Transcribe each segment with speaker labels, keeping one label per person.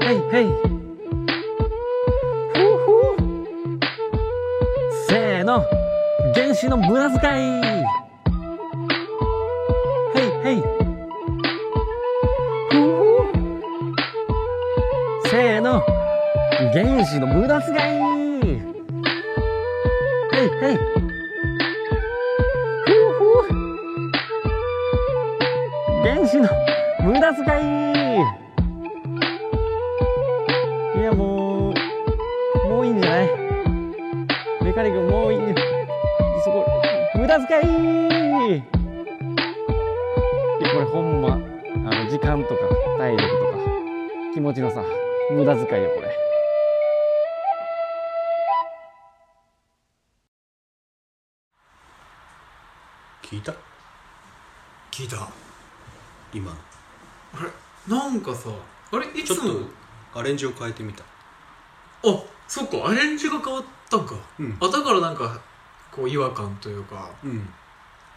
Speaker 1: ヘイヘイふうふうせーの原始の無駄遣いヘイヘイふうふうせーの原始の無駄遣いヘイヘイふうふう原始の無駄遣いいやもう、もういいんじゃないメカニックもういい。そこ、無駄遣いいや、これほんま、あの、時間とか、体力とか、気持ちのさ、無駄遣いよ、これ。
Speaker 2: 聞いた
Speaker 3: 聞いた
Speaker 2: 今
Speaker 3: あれなんかさあれい
Speaker 2: ち
Speaker 3: つ
Speaker 2: ょっ
Speaker 3: も
Speaker 2: とアレンジを変えてみた
Speaker 3: あそっかアレンジが変わったんか、
Speaker 2: うん
Speaker 3: あだからなんかこう違和感というか
Speaker 2: うん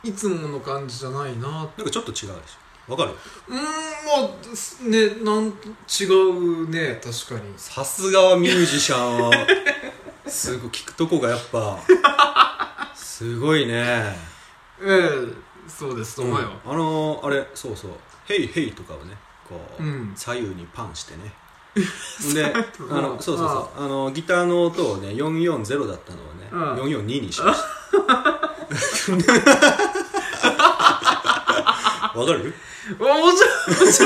Speaker 3: いつもの感じじゃないな
Speaker 2: なんかちょっと違うでしょわかる
Speaker 3: うーんまあすねなん違うね確かに
Speaker 2: さすがはミュージシャ ンはすごい聞くとこがやっぱすごいね
Speaker 3: ええそうですと
Speaker 2: うん
Speaker 3: 思うよ、
Speaker 2: あのー、あれそうそう「ヘイヘイ」とかをねこう、
Speaker 3: うん
Speaker 2: 左右にパンして ねで
Speaker 3: と
Speaker 2: あのそうそうそうあのギターの音をね440だったのをね、
Speaker 3: うん
Speaker 2: 442にしました わかる
Speaker 3: あもちろんも ち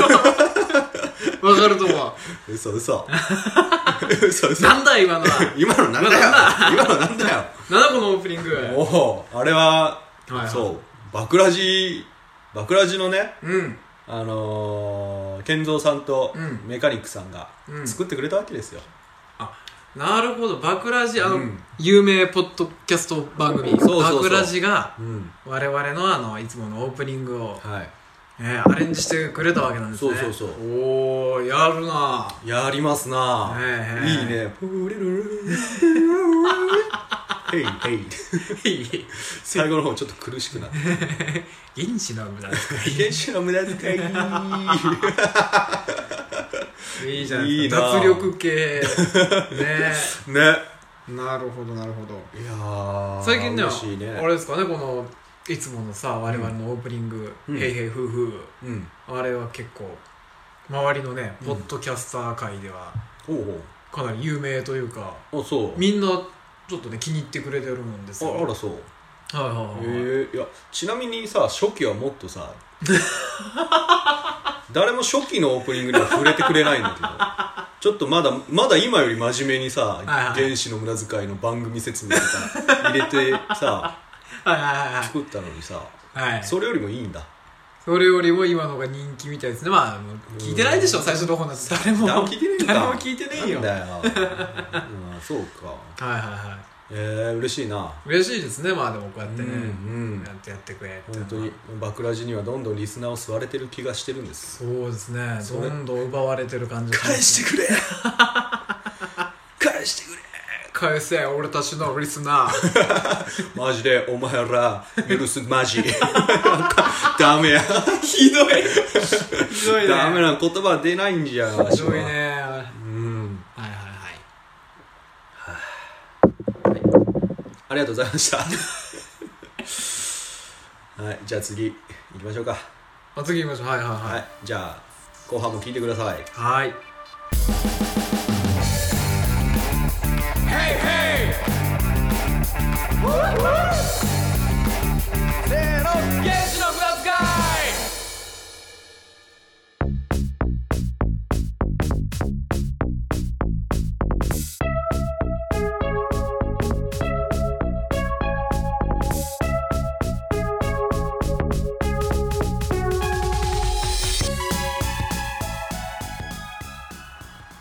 Speaker 3: ろんわかると思
Speaker 2: 嘘嘘嘘
Speaker 3: う
Speaker 2: 嘘
Speaker 3: なんだ今のは
Speaker 2: 今のなんだよ今のなんだよ
Speaker 3: なんだこのオープニング
Speaker 2: おおあれは、
Speaker 3: はいはい
Speaker 2: そうバクラジバクラジのね
Speaker 3: うん
Speaker 2: あのー、健三さんと
Speaker 3: うん
Speaker 2: メカニックさんが
Speaker 3: うん
Speaker 2: 作ってくれたわけですよ、
Speaker 3: なるほどバクラジあの、
Speaker 2: うん
Speaker 3: 有名ポッドキャスト番組
Speaker 2: そうそうそう
Speaker 3: バクラジが
Speaker 2: うん
Speaker 3: 我々のあのいつものオープニングを、
Speaker 2: はい
Speaker 3: ね、アレンジしてくれたわけなんですね
Speaker 2: そうそうそう
Speaker 3: おおや るな
Speaker 2: やりますなあ、
Speaker 3: ねえ
Speaker 2: いいねプレルルルヘイヘイ最後の方ちょっと苦しくなって
Speaker 3: 原始の無駄ですか
Speaker 2: 「原始の無駄遣い」
Speaker 3: いいじゃないい
Speaker 2: い
Speaker 3: です
Speaker 2: な
Speaker 3: か脱 力系ね
Speaker 2: ね
Speaker 3: なるほどなるほど
Speaker 2: いやー
Speaker 3: 最近ね
Speaker 2: 嬉しいね
Speaker 3: あれですかねこのいつものさ我々のオープニング「
Speaker 2: うん
Speaker 3: へいへい夫婦
Speaker 2: うん」
Speaker 3: あれは結構周りのね
Speaker 2: うん
Speaker 3: ポッドキャスター界では
Speaker 2: おう
Speaker 3: かなり有名というか
Speaker 2: おうあそう
Speaker 3: みんなちょっとね気に入ってくれてるもんですよ
Speaker 2: ああらそう
Speaker 3: はいはいはい、
Speaker 2: ええいやちなみにさ初期はもっと さ誰も初期のオープニングには触れてくれないんだけどちょっとまだまだ今より真面目にさ「
Speaker 3: はいはい
Speaker 2: 原始の無駄遣い」の番組説明とか入れてさ
Speaker 3: はいはいはい
Speaker 2: 作ったのにさ
Speaker 3: はい、はい、そ
Speaker 2: それよりもいいんだ
Speaker 3: れよりも今のが人気みたいですねまあもう聞いてないでしょ最初の方なんて誰も
Speaker 2: 誰も聞いてねえんだ
Speaker 3: 誰も聞いてねえよ
Speaker 2: な
Speaker 3: はい
Speaker 2: んだよ、うん、そうか
Speaker 3: はいは
Speaker 2: ええ嬉しいない
Speaker 3: 嬉しいですねまあでもこうやってね、
Speaker 2: うんうん
Speaker 3: やってやってくれって
Speaker 2: 本当にバクラジにはどんどんリスナーを吸われてる気がしてるんです
Speaker 3: そうですね
Speaker 2: そ
Speaker 3: ど
Speaker 2: れ
Speaker 3: んどん奪われてる感じが
Speaker 2: 返してくれ返してくれ
Speaker 3: 返せ俺たちのリス ナー
Speaker 2: マジでお前ら許すマジ ダメやひどい
Speaker 3: ひどいね
Speaker 2: ダメな言葉出ないんじゃん
Speaker 3: ひどいね
Speaker 2: うん
Speaker 3: はいはいはい
Speaker 2: ありがとうございましたはいじゃあ次行きましょうか
Speaker 3: あ次行きましょうはいはいはい
Speaker 2: はいじゃあ後半も聞いてください
Speaker 3: はい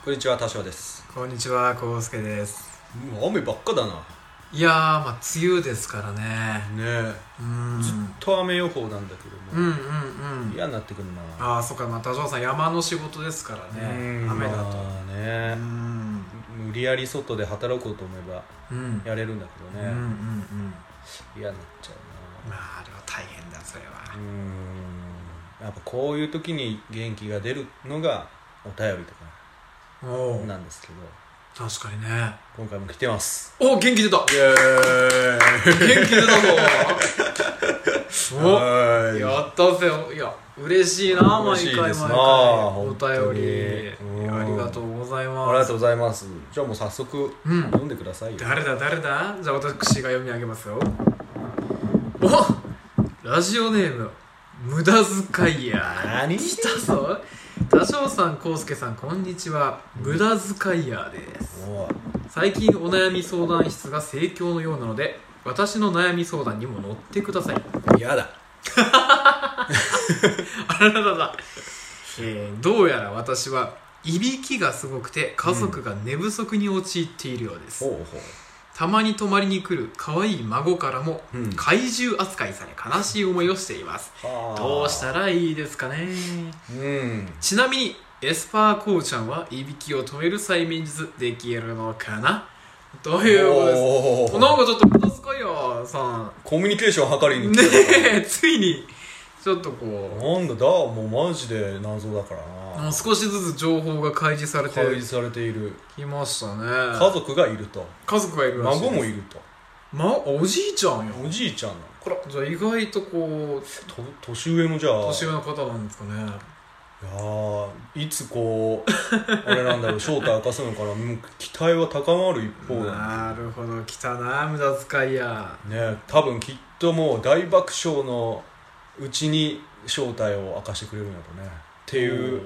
Speaker 2: こんにちは田代です
Speaker 3: こんにちはこうすけです
Speaker 2: もう雨ばっかだない
Speaker 3: やーまあ梅雨ですからね
Speaker 2: ねえ
Speaker 3: うん
Speaker 2: と雨予報なんだけど
Speaker 3: うん
Speaker 2: も、
Speaker 3: うんうん
Speaker 2: 嫌になってくるな
Speaker 3: ああそっかまあ田島さん山の仕事ですからね雨だと
Speaker 2: まあね
Speaker 3: うん
Speaker 2: 無理やり外で働こうと思えば
Speaker 3: うん
Speaker 2: やれるんだけど
Speaker 3: うんうんう
Speaker 2: ね、
Speaker 3: ん
Speaker 2: 嫌になっちゃうな
Speaker 3: まああれは大変だそれは
Speaker 2: うーんやっぱこういう時に元気が出るのがお便りとか
Speaker 3: おう
Speaker 2: なんですけど
Speaker 3: 確かにね
Speaker 2: 今回も来てます
Speaker 3: お元気出た
Speaker 4: イェー
Speaker 3: 元気 出たぞお
Speaker 2: はい
Speaker 3: やったぜいや嬉しいな毎
Speaker 2: 嬉しい
Speaker 3: 回
Speaker 2: ですな
Speaker 3: 毎回お
Speaker 2: 本当に
Speaker 3: 便り
Speaker 2: うん
Speaker 3: ありがとうござい
Speaker 2: あり
Speaker 3: ま
Speaker 2: が
Speaker 3: す
Speaker 2: とうございますじゃあもう早速
Speaker 3: うん
Speaker 2: 読んでくださいよ
Speaker 3: 誰だ誰だじゃあ私が読み上げますよおラジオネーム無駄遣いや
Speaker 2: 何
Speaker 3: 来たぞ多少さん、こうすけさん、こんにちは。無駄遣いやです。
Speaker 2: おい
Speaker 3: 最近お悩み相談室が盛況のようなので、私の悩み相談にも乗ってください。
Speaker 2: やだ
Speaker 3: あらららら、えーどうやら私はいびきがすごくて家族が寝不足に陥っているようです、
Speaker 2: ほうほう
Speaker 3: たまに泊まりに来る可愛い孫からも
Speaker 2: うん
Speaker 3: 怪獣扱いされ悲しい思いをしています
Speaker 2: はあ
Speaker 3: どうしたらいいですかね
Speaker 2: うん
Speaker 3: ちなみにエスパーこうちゃんはいびきを止める催眠術できるのかなということです
Speaker 2: おー
Speaker 3: なんかちょっと片付かいよさ
Speaker 2: コミュニケーション測り
Speaker 3: ん
Speaker 2: に
Speaker 3: ね
Speaker 2: 来て
Speaker 3: えついにちょっとこう
Speaker 2: なんだだもうマジで謎だから
Speaker 3: も
Speaker 2: な
Speaker 3: う少しずつ情報が開示され
Speaker 2: 開
Speaker 3: て
Speaker 2: 示されている
Speaker 3: きましたね
Speaker 2: 家族がいると
Speaker 3: 家族がいるらしい
Speaker 2: 孫もい
Speaker 3: る、
Speaker 2: ると
Speaker 3: ま、おじいちゃんよ
Speaker 2: おじいちゃんなの
Speaker 3: こらじゃあ意外とこう
Speaker 2: と年上のじゃあ
Speaker 3: 年上の方なんですかね
Speaker 2: いやーいつこうあれなんだろう正体明かすのかなもう期待は高まる一方だ
Speaker 3: なるほど来たな無駄遣いや
Speaker 2: ね多分きっともう大爆笑のうちに正体を明かしてくれるんだとねっていう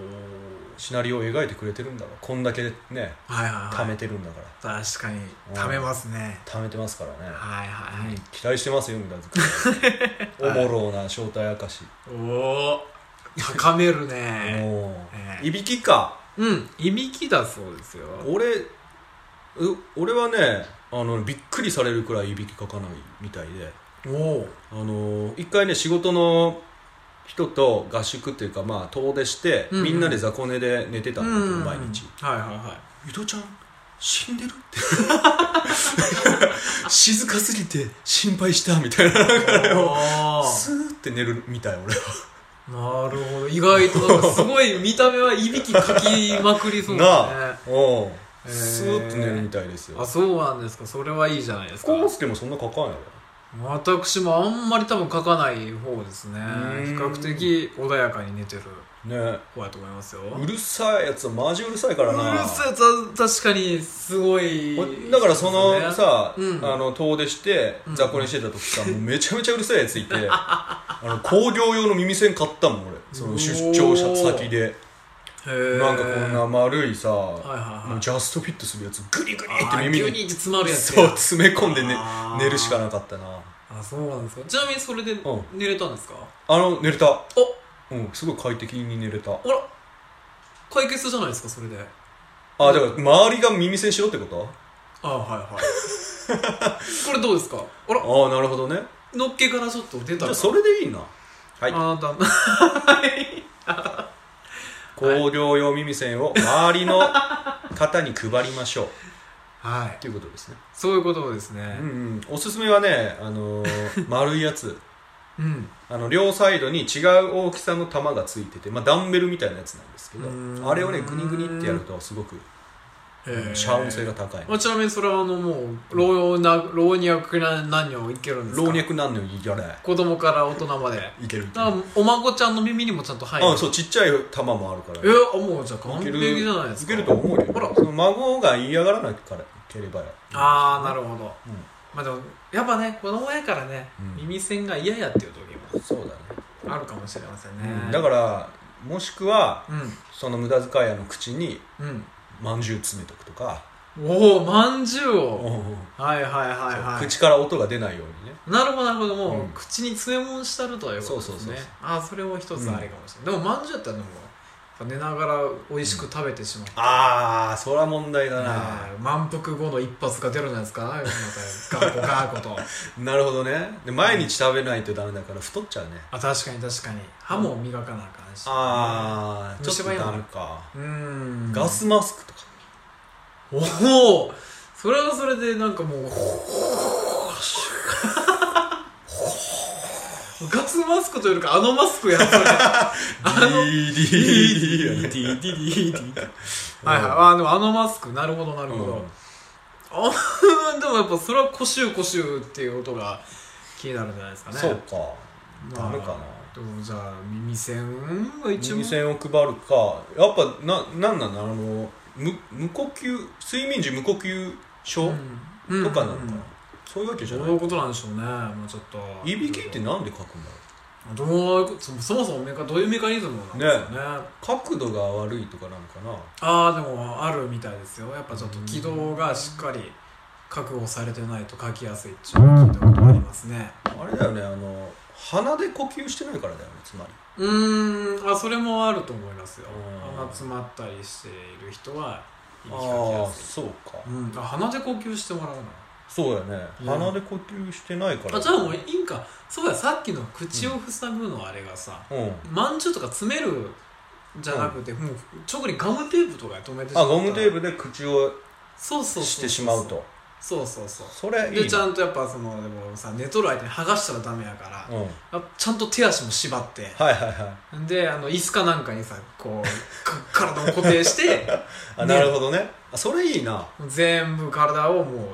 Speaker 2: シナリオを描いてくれてるんだわこんだけね
Speaker 3: はいはい
Speaker 2: 貯
Speaker 3: は
Speaker 2: め
Speaker 3: い
Speaker 2: てるんだから
Speaker 3: 確かに貯めますね
Speaker 2: 貯めてますからね
Speaker 3: はいはいはい、
Speaker 2: 期待してますよ無駄遣い おもろうな正体明かし
Speaker 3: おお高め るね
Speaker 2: も
Speaker 3: え
Speaker 2: ういびきか
Speaker 3: うんいびきだそうですよ
Speaker 2: 俺う俺はねあのびっくりされるくらいいびきかかないみたいで
Speaker 3: おお
Speaker 2: あの一回ね仕事の人と合宿っていうかまあ遠出して、
Speaker 3: うんうん
Speaker 2: みんなで雑魚寝で寝てたのよ、毎日
Speaker 3: はいはいは
Speaker 2: 「
Speaker 3: い
Speaker 2: ゆとちゃん死ん でる?」って静かすぎて心配したみたいな
Speaker 3: おー
Speaker 2: スーって寝るみたい俺は
Speaker 3: なるほど意外となんかすごい見た目はいびきかきまくりそう
Speaker 2: な
Speaker 3: だ
Speaker 2: あ
Speaker 3: ね
Speaker 2: おう
Speaker 3: へー
Speaker 2: スーって寝るみたいですよ
Speaker 3: あそうなんですかそれはいいじゃないですか
Speaker 2: コウスケもそんなかかんやろ
Speaker 3: 私もあんまり多分書かない方ですね比
Speaker 2: ーん
Speaker 3: 較的穏やかに寝てる
Speaker 2: ね
Speaker 3: 方やと思いますよう
Speaker 2: う
Speaker 3: る
Speaker 2: るさいやつはマジうるさいからな
Speaker 3: さいた確かにすごい
Speaker 2: だからその
Speaker 3: ですね
Speaker 2: さ、
Speaker 3: うん
Speaker 2: あの遠出して
Speaker 3: うん
Speaker 2: 雑魚にしてた時さ、もうめちゃめちゃうるさいやつい てあの工業用の耳栓買ったもん俺その出張者先で
Speaker 3: へー
Speaker 2: なんかこんな丸いさ、
Speaker 3: はいはい
Speaker 2: も
Speaker 3: は
Speaker 2: う
Speaker 3: い
Speaker 2: ジャストフィットするやつグリグリって
Speaker 3: あー
Speaker 2: 耳
Speaker 3: 牛
Speaker 2: に
Speaker 3: 乳って詰まるやつ
Speaker 2: そう
Speaker 3: や
Speaker 2: 詰め込んで、ね
Speaker 3: あ、ー
Speaker 2: 寝るしかなかったな
Speaker 3: あそうなんですかちなみにそれで
Speaker 2: ん
Speaker 3: 寝れたんですか
Speaker 2: あの寝れた
Speaker 3: お
Speaker 2: うんすごい快適に寝れた
Speaker 3: あら解決じゃないですかそれで
Speaker 2: あだから周りが耳栓しろってこと
Speaker 3: あはいはい これどうですかあら
Speaker 2: ああなるほどね
Speaker 3: のっけからちょっと出
Speaker 2: じ
Speaker 3: た
Speaker 2: ゃ
Speaker 3: ら
Speaker 2: あそれでいいなはい
Speaker 3: あなた
Speaker 2: 工業用耳栓を周りの方に配りましょう
Speaker 3: はい
Speaker 2: ということですね、
Speaker 3: そういうことですね
Speaker 2: うんうん、おすすめはね、あの ー丸いやつ
Speaker 3: うん
Speaker 2: あの両サイドに違う大きさの玉がついてて、まあ、ダンベルみたいなやつなんですけ
Speaker 3: うー
Speaker 2: ど
Speaker 3: ん
Speaker 2: あれをねグニグニってやるとすごく
Speaker 3: へー
Speaker 2: 遮音性が高い
Speaker 3: まあ、ちなみにそれはあのもう老な老若男女いけるんです
Speaker 2: 老
Speaker 3: か
Speaker 2: 若男女いらな
Speaker 3: 子供から大人まで
Speaker 2: いいける
Speaker 3: だからお孫ちゃんの耳にもちゃんと入る
Speaker 2: あそうちっちゃい玉もあるから
Speaker 3: えー、あもうじゃあ完
Speaker 2: いける
Speaker 3: 璧じゃないです
Speaker 2: い
Speaker 3: か
Speaker 2: けると思うよ
Speaker 3: ほら
Speaker 2: その孫が嫌がらないからいければよ
Speaker 3: ああなるほど、
Speaker 2: うん
Speaker 3: まあでもやっぱね子供やからね、
Speaker 2: うん
Speaker 3: 耳栓が嫌やっていう時
Speaker 2: そうだね、
Speaker 3: もあるかもしれませんね、
Speaker 2: うん、だからもしくは
Speaker 3: ら
Speaker 2: その無駄遣い屋の口に
Speaker 3: うん
Speaker 2: まんじゅう詰めとくとか、
Speaker 3: うんおおまんじゅうをはいはいはいはい
Speaker 2: 口から音が出ないようにね
Speaker 3: なるほどなるほどもう、
Speaker 2: うん
Speaker 3: 口に詰め物したるとはいうことです
Speaker 2: そ
Speaker 3: ね
Speaker 2: うそうそうそう
Speaker 3: ああそれも一つありかもしれない、でもまんじゅうやったらでも寝ながら美味しく食べてしまう、
Speaker 2: ああそら問題だ
Speaker 3: あ
Speaker 2: な
Speaker 3: ー満腹後の一発が出るんじゃないですか世の中にガーコガーコと
Speaker 2: なるほどねで毎日食べないとダメだから太っちゃうね
Speaker 3: あ確かに確かに歯も磨かなあかんし
Speaker 2: ああちょっ
Speaker 3: 虫
Speaker 2: と
Speaker 3: 歯やな
Speaker 2: ダメか
Speaker 3: うーん
Speaker 2: ガスマスクとか
Speaker 3: おおそれはそれでなんかもうガスマスクというよりかあのマスクやんそれ
Speaker 2: DDD やね
Speaker 3: DDD はいはいあでもあのマスクなるほどなるほど、
Speaker 2: うん
Speaker 3: あでもやっぱそれはコシューコシューっていう音が気になるんじゃないですかね
Speaker 2: そうか
Speaker 3: ま
Speaker 2: ダ
Speaker 3: あ
Speaker 2: メかな
Speaker 3: でもじゃあ耳栓が一
Speaker 2: 耳
Speaker 3: 番
Speaker 2: 栓を配るかやっぱななんなんだろうあの無無呼吸睡眠時無呼吸症、
Speaker 3: うん
Speaker 2: とかなのかな、
Speaker 3: うん
Speaker 2: そういうわけじゃ
Speaker 3: ど
Speaker 2: な
Speaker 3: ういう
Speaker 2: い
Speaker 3: ことなんでしょうねもうちょっと
Speaker 2: いびきってなんで書くんだ
Speaker 3: どういうことそそもそもメカどういうメカニズムなんですかね
Speaker 2: ろう角度が悪いとかなんかな
Speaker 3: ああでもあるみたいですよやっぱちょっと軌道がしっかり確保されてないと書きやすいっていうのを聞いたことありますね
Speaker 2: あれだよねあの鼻で呼吸してないからだよねつまり
Speaker 3: うーんあそれもあると思いますよ
Speaker 2: うん
Speaker 3: 鼻詰まったりしている人は息
Speaker 2: あ
Speaker 3: が
Speaker 2: あ
Speaker 3: きやす
Speaker 2: そうか、
Speaker 3: い、うん、あ鼻で呼吸してもらうな
Speaker 2: そうだよね、
Speaker 3: うん
Speaker 2: 鼻で呼吸してないから
Speaker 3: あじゃあもういいんかそうださっきの口を塞ぐのあれがさ、
Speaker 2: うん
Speaker 3: まんじゅうとか詰めるじゃなくて、もう直にガムテープとかで止めてしま
Speaker 2: あ
Speaker 3: ったら
Speaker 2: ゴムテープで口を
Speaker 3: そうそうそうそう
Speaker 2: してしまうと
Speaker 3: そうそうそう
Speaker 2: それいいね
Speaker 3: でちゃんとやっぱそのでもさ寝とる相手に剥がしたらダメやから
Speaker 2: う、んはい
Speaker 3: あちゃんと手足も縛って
Speaker 2: はいはい
Speaker 3: であの椅子かなんかにさこうか 体を固定して
Speaker 2: あ
Speaker 3: ね
Speaker 2: なるほどねあそれいいな
Speaker 3: 全部体をもう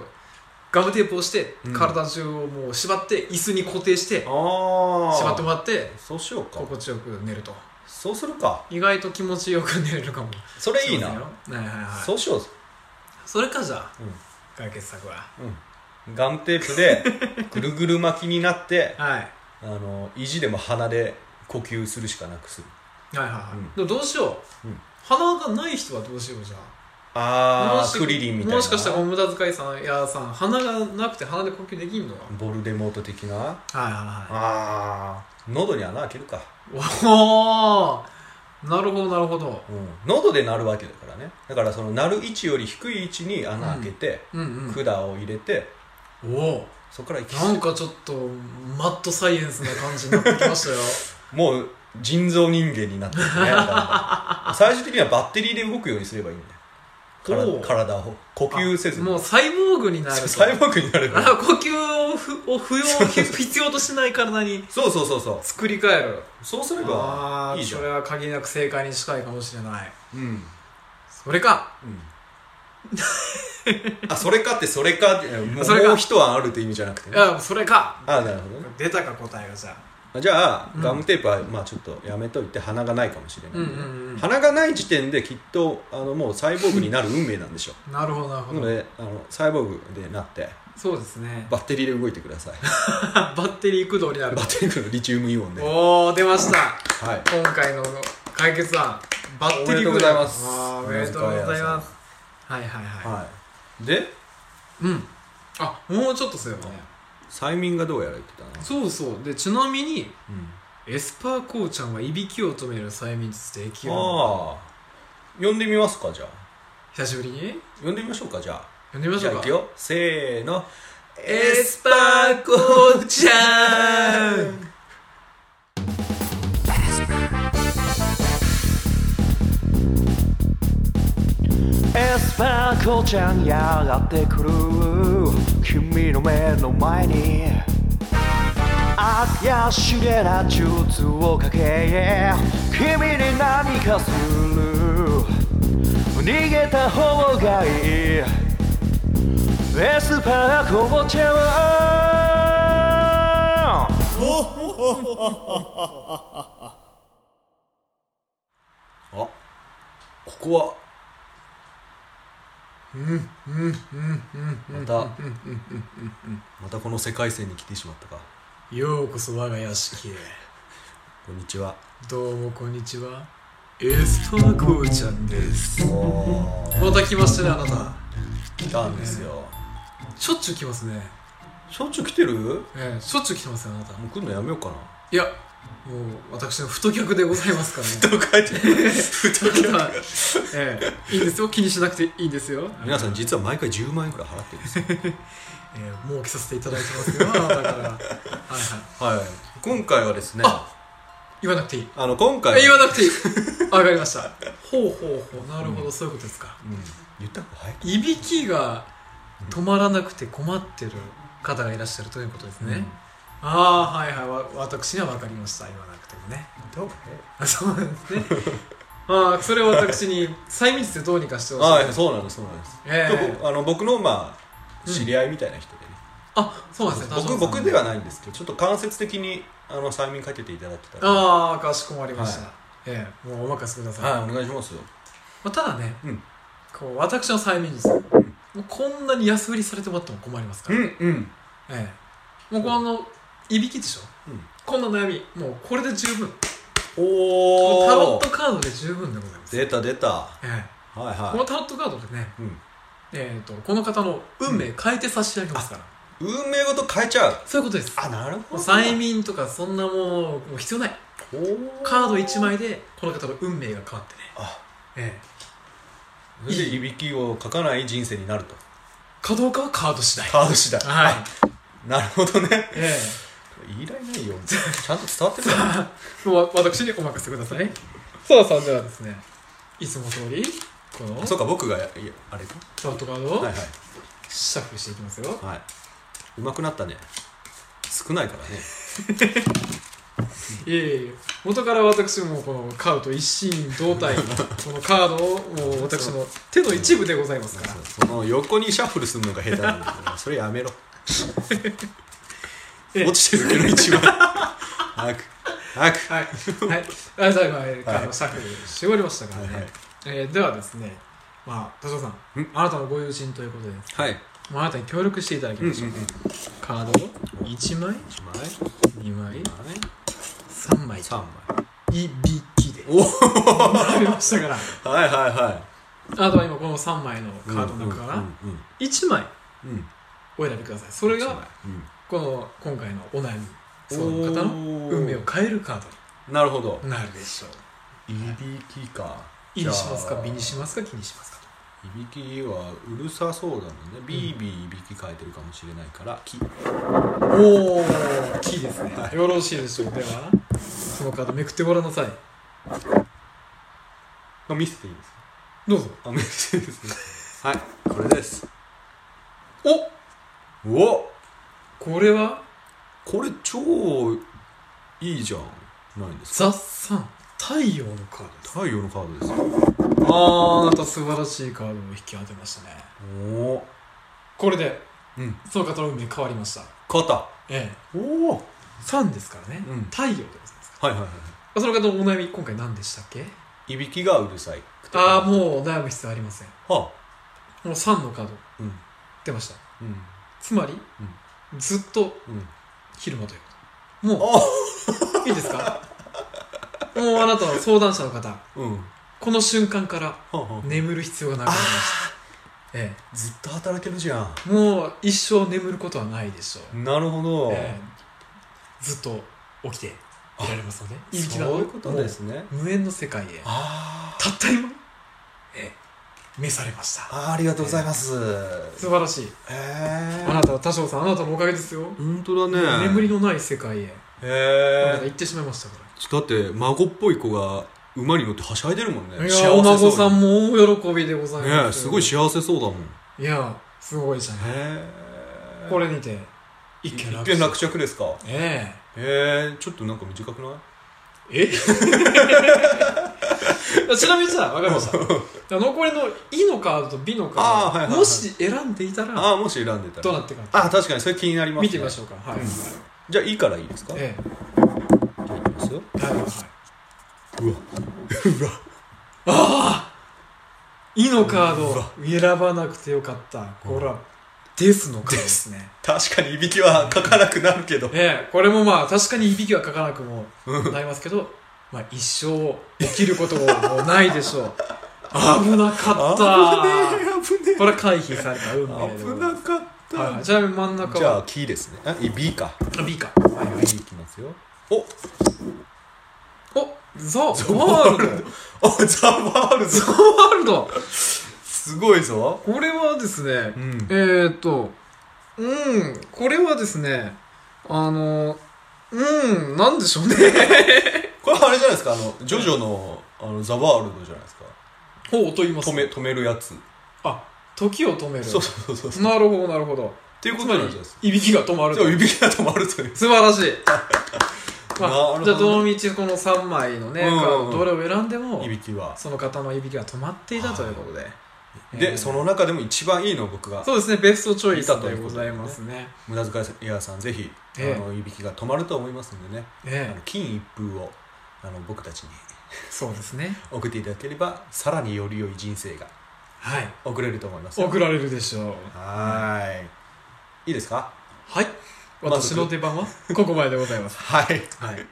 Speaker 3: ガムテープをして
Speaker 2: うん
Speaker 3: 体中をもう縛って椅子に固定して
Speaker 2: あ
Speaker 3: 縛ってもらって
Speaker 2: そうしようか
Speaker 3: 心地よく寝ると
Speaker 2: そうするか
Speaker 3: 意外と気持ちよく寝れるかも
Speaker 2: それいいな
Speaker 3: しれませんよはいはいはい
Speaker 2: そうしよう
Speaker 3: それかじゃあ
Speaker 2: うん
Speaker 3: 解決策は
Speaker 2: うんガムテープでぐるぐる巻きになって
Speaker 3: はい
Speaker 2: あの意地でも鼻で呼吸するしかなくする
Speaker 3: はいはいはい、
Speaker 2: うん
Speaker 3: でもどうしよう、
Speaker 2: うん
Speaker 3: 鼻がない人はどうしようじゃあ
Speaker 2: あ
Speaker 3: も
Speaker 2: あ
Speaker 3: し
Speaker 2: クリリンみたいな
Speaker 3: もしかしたら無駄遣いさんやさん鼻がなくて鼻で呼吸できんのか
Speaker 2: ボルデモート的な
Speaker 3: はいはいは
Speaker 2: ああ喉に穴開けるか、
Speaker 3: いおおなるほどなるほど
Speaker 2: うん、喉で鳴るわけだからねだからその鳴る位置より低い位置に穴開けて、
Speaker 3: うん
Speaker 2: 管を入れて
Speaker 3: うんおお
Speaker 2: そこから息
Speaker 3: なんかちょっとマッドサイエンスな感じになってき ましたよ
Speaker 2: もう腎臓人間になってるねだん だん最終的にはバッテリーで動くようにすればいいんだよから
Speaker 3: おう
Speaker 2: 体を呼吸せずに
Speaker 3: もうサイボーグになると
Speaker 2: 細胞になれ
Speaker 3: あ
Speaker 2: ば
Speaker 3: 呼吸をふを不要必要としない体に
Speaker 2: そうそうそうそう
Speaker 3: 作り変える
Speaker 2: そうすれ
Speaker 3: あ
Speaker 2: ば
Speaker 3: あ
Speaker 2: いいじゃ
Speaker 3: そ
Speaker 2: ん
Speaker 3: れは限りなく正解に近いかもしれない
Speaker 2: うん、うん、
Speaker 3: それか
Speaker 2: あそれかってそれかってもう
Speaker 3: それか
Speaker 2: もう一案あるって意味じゃなくて
Speaker 3: い
Speaker 2: ね
Speaker 3: やそれか
Speaker 2: あなるほどね
Speaker 3: 出たか答えがじゃあ
Speaker 2: じゃあ、
Speaker 3: うん
Speaker 2: ガムテープはまあちょっとやめといて鼻がないかもしれないんでね、
Speaker 3: うんうんうん
Speaker 2: 鼻がない時点できっとあのもうサイボーグになる運命なんでしょ
Speaker 3: なるほどなる
Speaker 2: う
Speaker 3: ほ
Speaker 2: な
Speaker 3: ど、
Speaker 2: のであのサイボーグでなって
Speaker 3: そうですね
Speaker 2: バッテリーで動いてください
Speaker 3: バッテリー駆動になる
Speaker 2: バッテリーのリチウムイオンで、はい、
Speaker 3: おお出ました
Speaker 2: あ
Speaker 3: 今回の解決案バッテリー
Speaker 2: おめでと
Speaker 3: 駆動
Speaker 2: うございます
Speaker 3: あーおめでとうございますはいはいはい、
Speaker 2: はいで
Speaker 3: うんあもうちょっとすればね
Speaker 2: 催眠がどうやら言ってたな、
Speaker 3: そうそうでちなみに
Speaker 2: うん
Speaker 3: エスパーこうちゃんはいびきを止める催眠術できる
Speaker 2: ああ呼んでみますかじゃあ
Speaker 3: 久しぶりに
Speaker 2: 呼んでみましょうかじゃあ
Speaker 3: 呼んでみまし
Speaker 2: じゃあ
Speaker 3: ょう
Speaker 2: い
Speaker 3: か
Speaker 2: くよせーの
Speaker 3: エスパーこうちゃん
Speaker 1: エスパーコちゃんやがってくる君の目の前に怪しげな術をかけ君に何かする逃げた方がいいエスパーコちゃん
Speaker 2: あここはまたまたこの世界線に来てしまったか
Speaker 3: ようこそ我が屋敷へ
Speaker 2: こんにちは
Speaker 3: どうもこんにちはエスパーこうちゃんですまた来ましたねあなた
Speaker 2: 来たんですよ
Speaker 3: しょっちゅう来ますね
Speaker 2: しょっちゅう来てるも
Speaker 3: ええしょっちゅう来てますよあなた
Speaker 2: う来るのやめようかない
Speaker 3: やもう私の太客でございますからね
Speaker 2: と書いて
Speaker 3: 太客ええいいんですよ気にしなくていいんですよ
Speaker 2: 皆さん実は毎回10万円くらい払ってるんですよ
Speaker 3: ええ儲けさせていただいてますよあなたからはいはい
Speaker 2: はい今回はですね
Speaker 3: あ言わなくていい
Speaker 2: あの今
Speaker 3: え
Speaker 2: 回
Speaker 3: 言わなくていい わかりましたほうほうほうなるほど、そういうことですか
Speaker 2: うん言った方が早い
Speaker 3: いびきが止まらなくて困ってる方がいらっしゃるということですね、ああはいはいわ私には分かりました言わなくてもね
Speaker 2: どう
Speaker 3: あそうなんですねまあそれを私に催眠術でどうにかしてほしい
Speaker 2: はいそうなんですそうなんです、
Speaker 3: ええ
Speaker 2: 僕あの僕のまあ知り合いみたいな人でね、
Speaker 3: あそうなんですね
Speaker 2: 僕僕ではいないんですけどちょっと間接的にあの催眠かけていただけたらは
Speaker 3: ああかしこまりました、
Speaker 2: は
Speaker 3: ええもうお任せください、
Speaker 2: いお願いしますよ
Speaker 3: まあ、ただね、
Speaker 2: うん
Speaker 3: こう私の催眠術、もうこんなに安売りされてもらっても困りますから、え
Speaker 2: うん
Speaker 3: えもうこのいびきでしょ、
Speaker 2: うん
Speaker 3: こんな悩みもうこれで十分
Speaker 2: お
Speaker 3: このタロ
Speaker 2: お
Speaker 3: ットカードで十分でございます、え
Speaker 2: 出た出たは
Speaker 3: え
Speaker 2: い
Speaker 3: この
Speaker 2: は
Speaker 3: タロットカードでね、
Speaker 2: い、うん、
Speaker 3: えー、とこの方の運命変えて差し上げますから、
Speaker 2: 運命ごと変えちゃう
Speaker 3: そういうことです
Speaker 2: あなる
Speaker 3: もう催眠とかそんなもうもう必要ない
Speaker 2: おー
Speaker 3: カード1枚でこの方の運命が変わってね
Speaker 2: あ
Speaker 3: え
Speaker 2: それでいびきをかかない人生になると
Speaker 3: えかどうかはカード次第
Speaker 2: カード次第
Speaker 3: はい
Speaker 2: なるほどね
Speaker 3: え
Speaker 2: 言いられないよちゃんと伝わってるか な
Speaker 3: えもうわ私にお任せくださいさあさあではですねいつも通りこの
Speaker 2: そうか僕がいやあれか
Speaker 3: タロットカードを
Speaker 2: はいはい
Speaker 3: シャッフルしていきますよ、
Speaker 2: はい上手くなったね少ないからね
Speaker 3: い、えいえ元から私もこのカードと一心同 体このカードをもう私の手の一部でございますから
Speaker 2: その横にシャッフルするのが下手なんだからそれやめろ
Speaker 3: ええ
Speaker 2: 落ちてるけど一番早く早く
Speaker 3: はい、はい、あじゃあ今、えー、カードシャッフル絞りましたからね、
Speaker 2: はいはい
Speaker 3: えーではですねまあ田代さん
Speaker 2: うん
Speaker 3: あなたのご友人ということでも
Speaker 2: はい、
Speaker 3: うあなたに協力していただき
Speaker 2: うんうん
Speaker 3: ま
Speaker 2: うん、
Speaker 3: しょう、
Speaker 2: 1
Speaker 3: カードを1枚
Speaker 2: 枚
Speaker 3: 2枚
Speaker 2: 枚
Speaker 3: 3枚
Speaker 2: 3枚
Speaker 3: いびきで
Speaker 2: お
Speaker 3: 並べましたから
Speaker 2: おはいはいは
Speaker 3: あとは今この3枚の
Speaker 2: い
Speaker 3: カードの中か
Speaker 2: う
Speaker 3: ら
Speaker 2: んうん
Speaker 3: 1枚
Speaker 2: うんうん
Speaker 3: お選びくださいそれ
Speaker 2: 一枚
Speaker 3: がこの今回のお悩みその
Speaker 2: うん
Speaker 3: 方の
Speaker 2: おー
Speaker 3: 運命を変えるカー
Speaker 2: なるほど
Speaker 3: ドになるでしょう
Speaker 2: いびきか
Speaker 3: いにしますか
Speaker 2: じゃあ
Speaker 3: 美にしますか気にしますか
Speaker 2: いびきはうるさそうだもんねビービーいびき変えてるかもしれないからき
Speaker 3: おおキーですね、よろしいでしょうではそのカードめくってごらんなさい
Speaker 2: 見せていいですか
Speaker 3: どうぞ
Speaker 2: あ見せていいですかはいこれです
Speaker 3: お
Speaker 2: お
Speaker 3: これは
Speaker 2: これ超いいじゃんないんですか
Speaker 3: ザ・サン太陽のカードです
Speaker 2: 太陽のカードですよ
Speaker 3: あーあなた素晴らしいカードを引き当てましたね
Speaker 2: おお
Speaker 3: これで
Speaker 2: うん
Speaker 3: その方の運命変わりました
Speaker 2: 肩
Speaker 3: ええ
Speaker 2: おおはい
Speaker 3: 3ですからね、
Speaker 2: うん
Speaker 3: 太陽でございますか
Speaker 2: はいは
Speaker 3: らその方のお悩み今回何でしたっけ
Speaker 2: いいびきがうるさいくて
Speaker 3: ああもう悩む必要ありません
Speaker 2: うは
Speaker 3: もう3のカード
Speaker 2: あうん
Speaker 3: 出ました
Speaker 2: うん
Speaker 3: つまり、ずっと
Speaker 2: うん
Speaker 3: 昼間ということも
Speaker 2: あ
Speaker 3: ういいですかもうあなたの相談者の方
Speaker 2: うんは
Speaker 3: この瞬間から
Speaker 2: あはあ
Speaker 3: 眠る必要がなくなりましたえ
Speaker 2: ずっと働けるじゃん
Speaker 3: えもう一生眠ることはないでしょう、
Speaker 2: なるほど、
Speaker 3: ええずっと起きていられますのでいびきな
Speaker 2: そういうことですね
Speaker 3: もう無縁の世界へ
Speaker 2: あー
Speaker 3: たった今ええ召されました
Speaker 2: あーありがとうございます
Speaker 3: 素晴らしい
Speaker 2: へ
Speaker 3: あ
Speaker 2: え
Speaker 3: なたは多少さんあなたのおかげですよ、
Speaker 2: 本当だね
Speaker 3: 眠りのない世界へあな
Speaker 2: へえ
Speaker 3: た行ってしまいましたから
Speaker 2: だって孫っぽい子が馬に乗ってはしゃいでるもんね
Speaker 3: い
Speaker 2: 幸せ
Speaker 3: やお孫さ
Speaker 2: そ
Speaker 3: んも大喜びでござ
Speaker 2: う
Speaker 3: い
Speaker 2: に
Speaker 3: ます、
Speaker 2: ねえすごい幸せそうだもんへ
Speaker 3: いやすごいじゃない
Speaker 2: え
Speaker 3: これにて一
Speaker 2: 一
Speaker 3: 件
Speaker 2: 件
Speaker 3: 落着
Speaker 2: 落着ですか
Speaker 3: え
Speaker 2: へえちょっとなんか短くない
Speaker 3: ええ ちなみにじゃあ分かりました残りの「い」のカードと「び」のカ
Speaker 2: あー
Speaker 3: ー
Speaker 2: はいは
Speaker 3: ド
Speaker 2: いはい
Speaker 3: もし選んでいたら
Speaker 2: ああもし選んでた
Speaker 3: どう
Speaker 2: ら
Speaker 3: なってるか
Speaker 2: あ確かにそれ気になりますね
Speaker 3: 見てみましょうかはい、
Speaker 2: うんじゃあいいからいいですか
Speaker 3: え
Speaker 2: じゃあいきますよ
Speaker 3: えはいはいう
Speaker 2: わうわ
Speaker 3: 「い」のカー
Speaker 2: うわ
Speaker 3: ド選ばなくてよかったこれは「です」のカードですね
Speaker 2: 確かにいびきは書かなくなるけど
Speaker 3: ええこれもまあ確かにいびきは書かなくもなりますけどまあ一生起きることもないで しょう危なかった
Speaker 2: 危ね
Speaker 3: これは回避された運
Speaker 2: え
Speaker 3: 命で
Speaker 2: 危
Speaker 3: ござい
Speaker 2: な
Speaker 3: ます
Speaker 2: かっ
Speaker 3: はい、
Speaker 2: た
Speaker 3: ちなみに真ん中
Speaker 2: じゃ
Speaker 3: は
Speaker 2: あキーですねあいびか
Speaker 3: あ B か
Speaker 2: はいはいいきますよお
Speaker 3: おザ・ワー ルド
Speaker 2: あザワール
Speaker 3: ザ・
Speaker 2: ド
Speaker 3: ワールド
Speaker 2: すごいぞ
Speaker 3: これはですね
Speaker 2: う、ん
Speaker 3: えーっとうんこれはですねあのうんなんでしょ うね
Speaker 2: これあれじゃないですかあのジョジョのあのザワールドじゃないですか
Speaker 3: ほうと言いま
Speaker 2: 止め止めるやつ
Speaker 3: あ時を止める
Speaker 2: そうそうそうそう
Speaker 3: なるほどなるほど
Speaker 2: っていうこ
Speaker 3: つ
Speaker 2: と
Speaker 3: ま
Speaker 2: なん
Speaker 3: り
Speaker 2: じゃないですか
Speaker 3: いびきが止まる
Speaker 2: じゃ
Speaker 3: と
Speaker 2: あいびきが止まるという
Speaker 3: 素晴 らしい、ま
Speaker 2: なるほ
Speaker 3: あ、
Speaker 2: ど
Speaker 3: じゃあどの道この3枚のね、
Speaker 2: うんうんうん
Speaker 3: カードどれを選んでも
Speaker 2: いびきは
Speaker 3: その方のいびきが止まっていたということで、えー
Speaker 2: でその中でも一番いいのを僕が
Speaker 3: そうですねベストチョイスでございますね
Speaker 2: 無駄遣い屋さんぜひ、
Speaker 3: ええ
Speaker 2: あのいびきが止まると思いますんでね、あ
Speaker 3: え
Speaker 2: の
Speaker 3: え
Speaker 2: 金一封をあの僕たちに
Speaker 3: そうですね
Speaker 2: 送っていただければさらにより良い人生が
Speaker 3: はい
Speaker 2: 送れると思います
Speaker 3: 送られるでしょう
Speaker 2: はーいいいですか
Speaker 3: はい
Speaker 2: 満
Speaker 3: 私
Speaker 2: 足
Speaker 3: の出番はここまででございます
Speaker 2: はい
Speaker 3: はい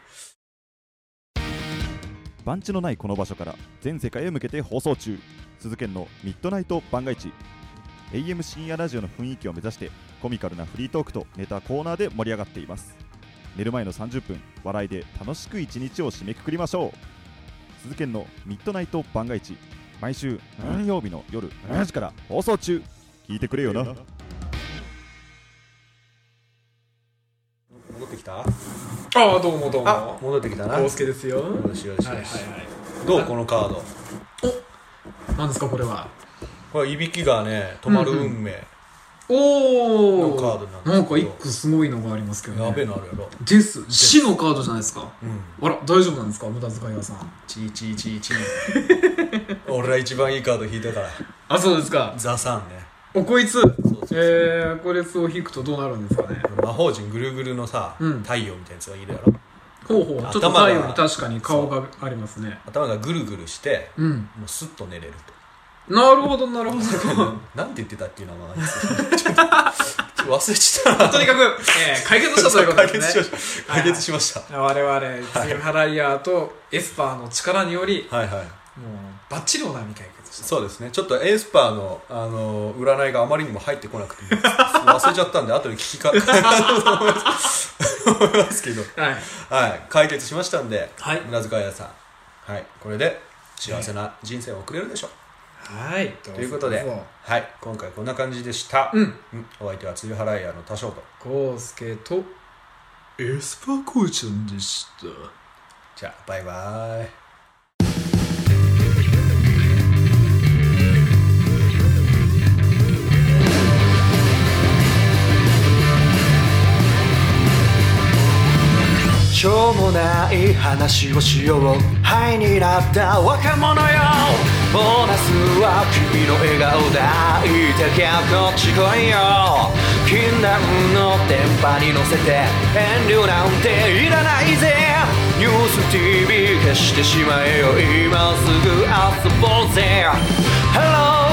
Speaker 5: 番地のないこの場所から全世界へ向けて放送中鈴研のミッドナイト番外地 AM 深夜ラジオの雰囲気を目指してコミカルなフリートークとネタコーナーで盛り上がっています寝る前の30分笑いで楽しく一日を締めくくりましょう鈴研のミッドナイト番外地毎週何曜日の夜7時から放送中聞いてくれよな
Speaker 2: 戻ってきた
Speaker 3: ああどうもどう
Speaker 2: あ
Speaker 3: も
Speaker 2: 戻ってきたな
Speaker 3: 大
Speaker 2: よ
Speaker 3: 輔ですよはい
Speaker 2: しよしよし、
Speaker 3: はいはい
Speaker 2: どうこのカード
Speaker 3: 何ですかこれは
Speaker 2: これいびきがね止まる運命、
Speaker 3: お
Speaker 2: の
Speaker 3: お
Speaker 2: カードなんですけど
Speaker 3: なんか一個すごいのがありますけどね
Speaker 2: やべえのあるやろ
Speaker 3: です死のカードじゃないですか
Speaker 2: うん
Speaker 3: あら大丈夫なんですか無駄遣い屋さん
Speaker 2: チーチーチーチー 俺ら一番いいカード引いたから
Speaker 3: あそうですか
Speaker 2: ザサンね
Speaker 3: おこいつ
Speaker 2: そうそう
Speaker 3: えー、これを引くとどうなるんですかね
Speaker 2: 魔法陣ぐるぐるのさ、
Speaker 3: うん
Speaker 2: 太陽みたいなやつがいるやろ
Speaker 3: ほうほうちょっと
Speaker 2: 頭が
Speaker 3: 太陽に確かに顔がありますね
Speaker 2: 頭がぐるぐるして
Speaker 3: うん
Speaker 2: もうスッと寝れる
Speaker 3: なるほどなる ほど
Speaker 2: となんて言ってたっていう名前なんですけどちょっとちょっと忘れちゃったな
Speaker 3: とにかく、えー、解決したということ
Speaker 2: 解
Speaker 3: で
Speaker 2: 決
Speaker 3: す
Speaker 2: しま
Speaker 3: ね
Speaker 2: した解決しました
Speaker 3: 我々ツイハライヤーとエスパーの力により
Speaker 2: はいはい
Speaker 3: もうバッチリお悩み解決した
Speaker 2: そうですねちょっとエースパーの、あの占いがあまりにも入ってこなくて忘れちゃったんで後で聞きか 思いますけど
Speaker 3: はい
Speaker 2: はい解決しましたんで、
Speaker 3: はい
Speaker 2: 無駄遣い屋さんはいこれで幸せな人生を送れるでしょう、
Speaker 3: はいと
Speaker 2: ということで、はい、今回こんな感じでした、
Speaker 3: うん
Speaker 2: うんお相手は梅雨払い屋の多少と
Speaker 3: コウスケとエスパーコウちゃんでした
Speaker 2: じゃあバイバイ
Speaker 6: しょうもない話をしようハイになった若者よボーナスは君の笑顔だいいだけこっち来いよ禁断の電波に乗せて遠慮なんていらないぜニュース TV 消してしまえよ今すぐ遊ぼうぜ Hello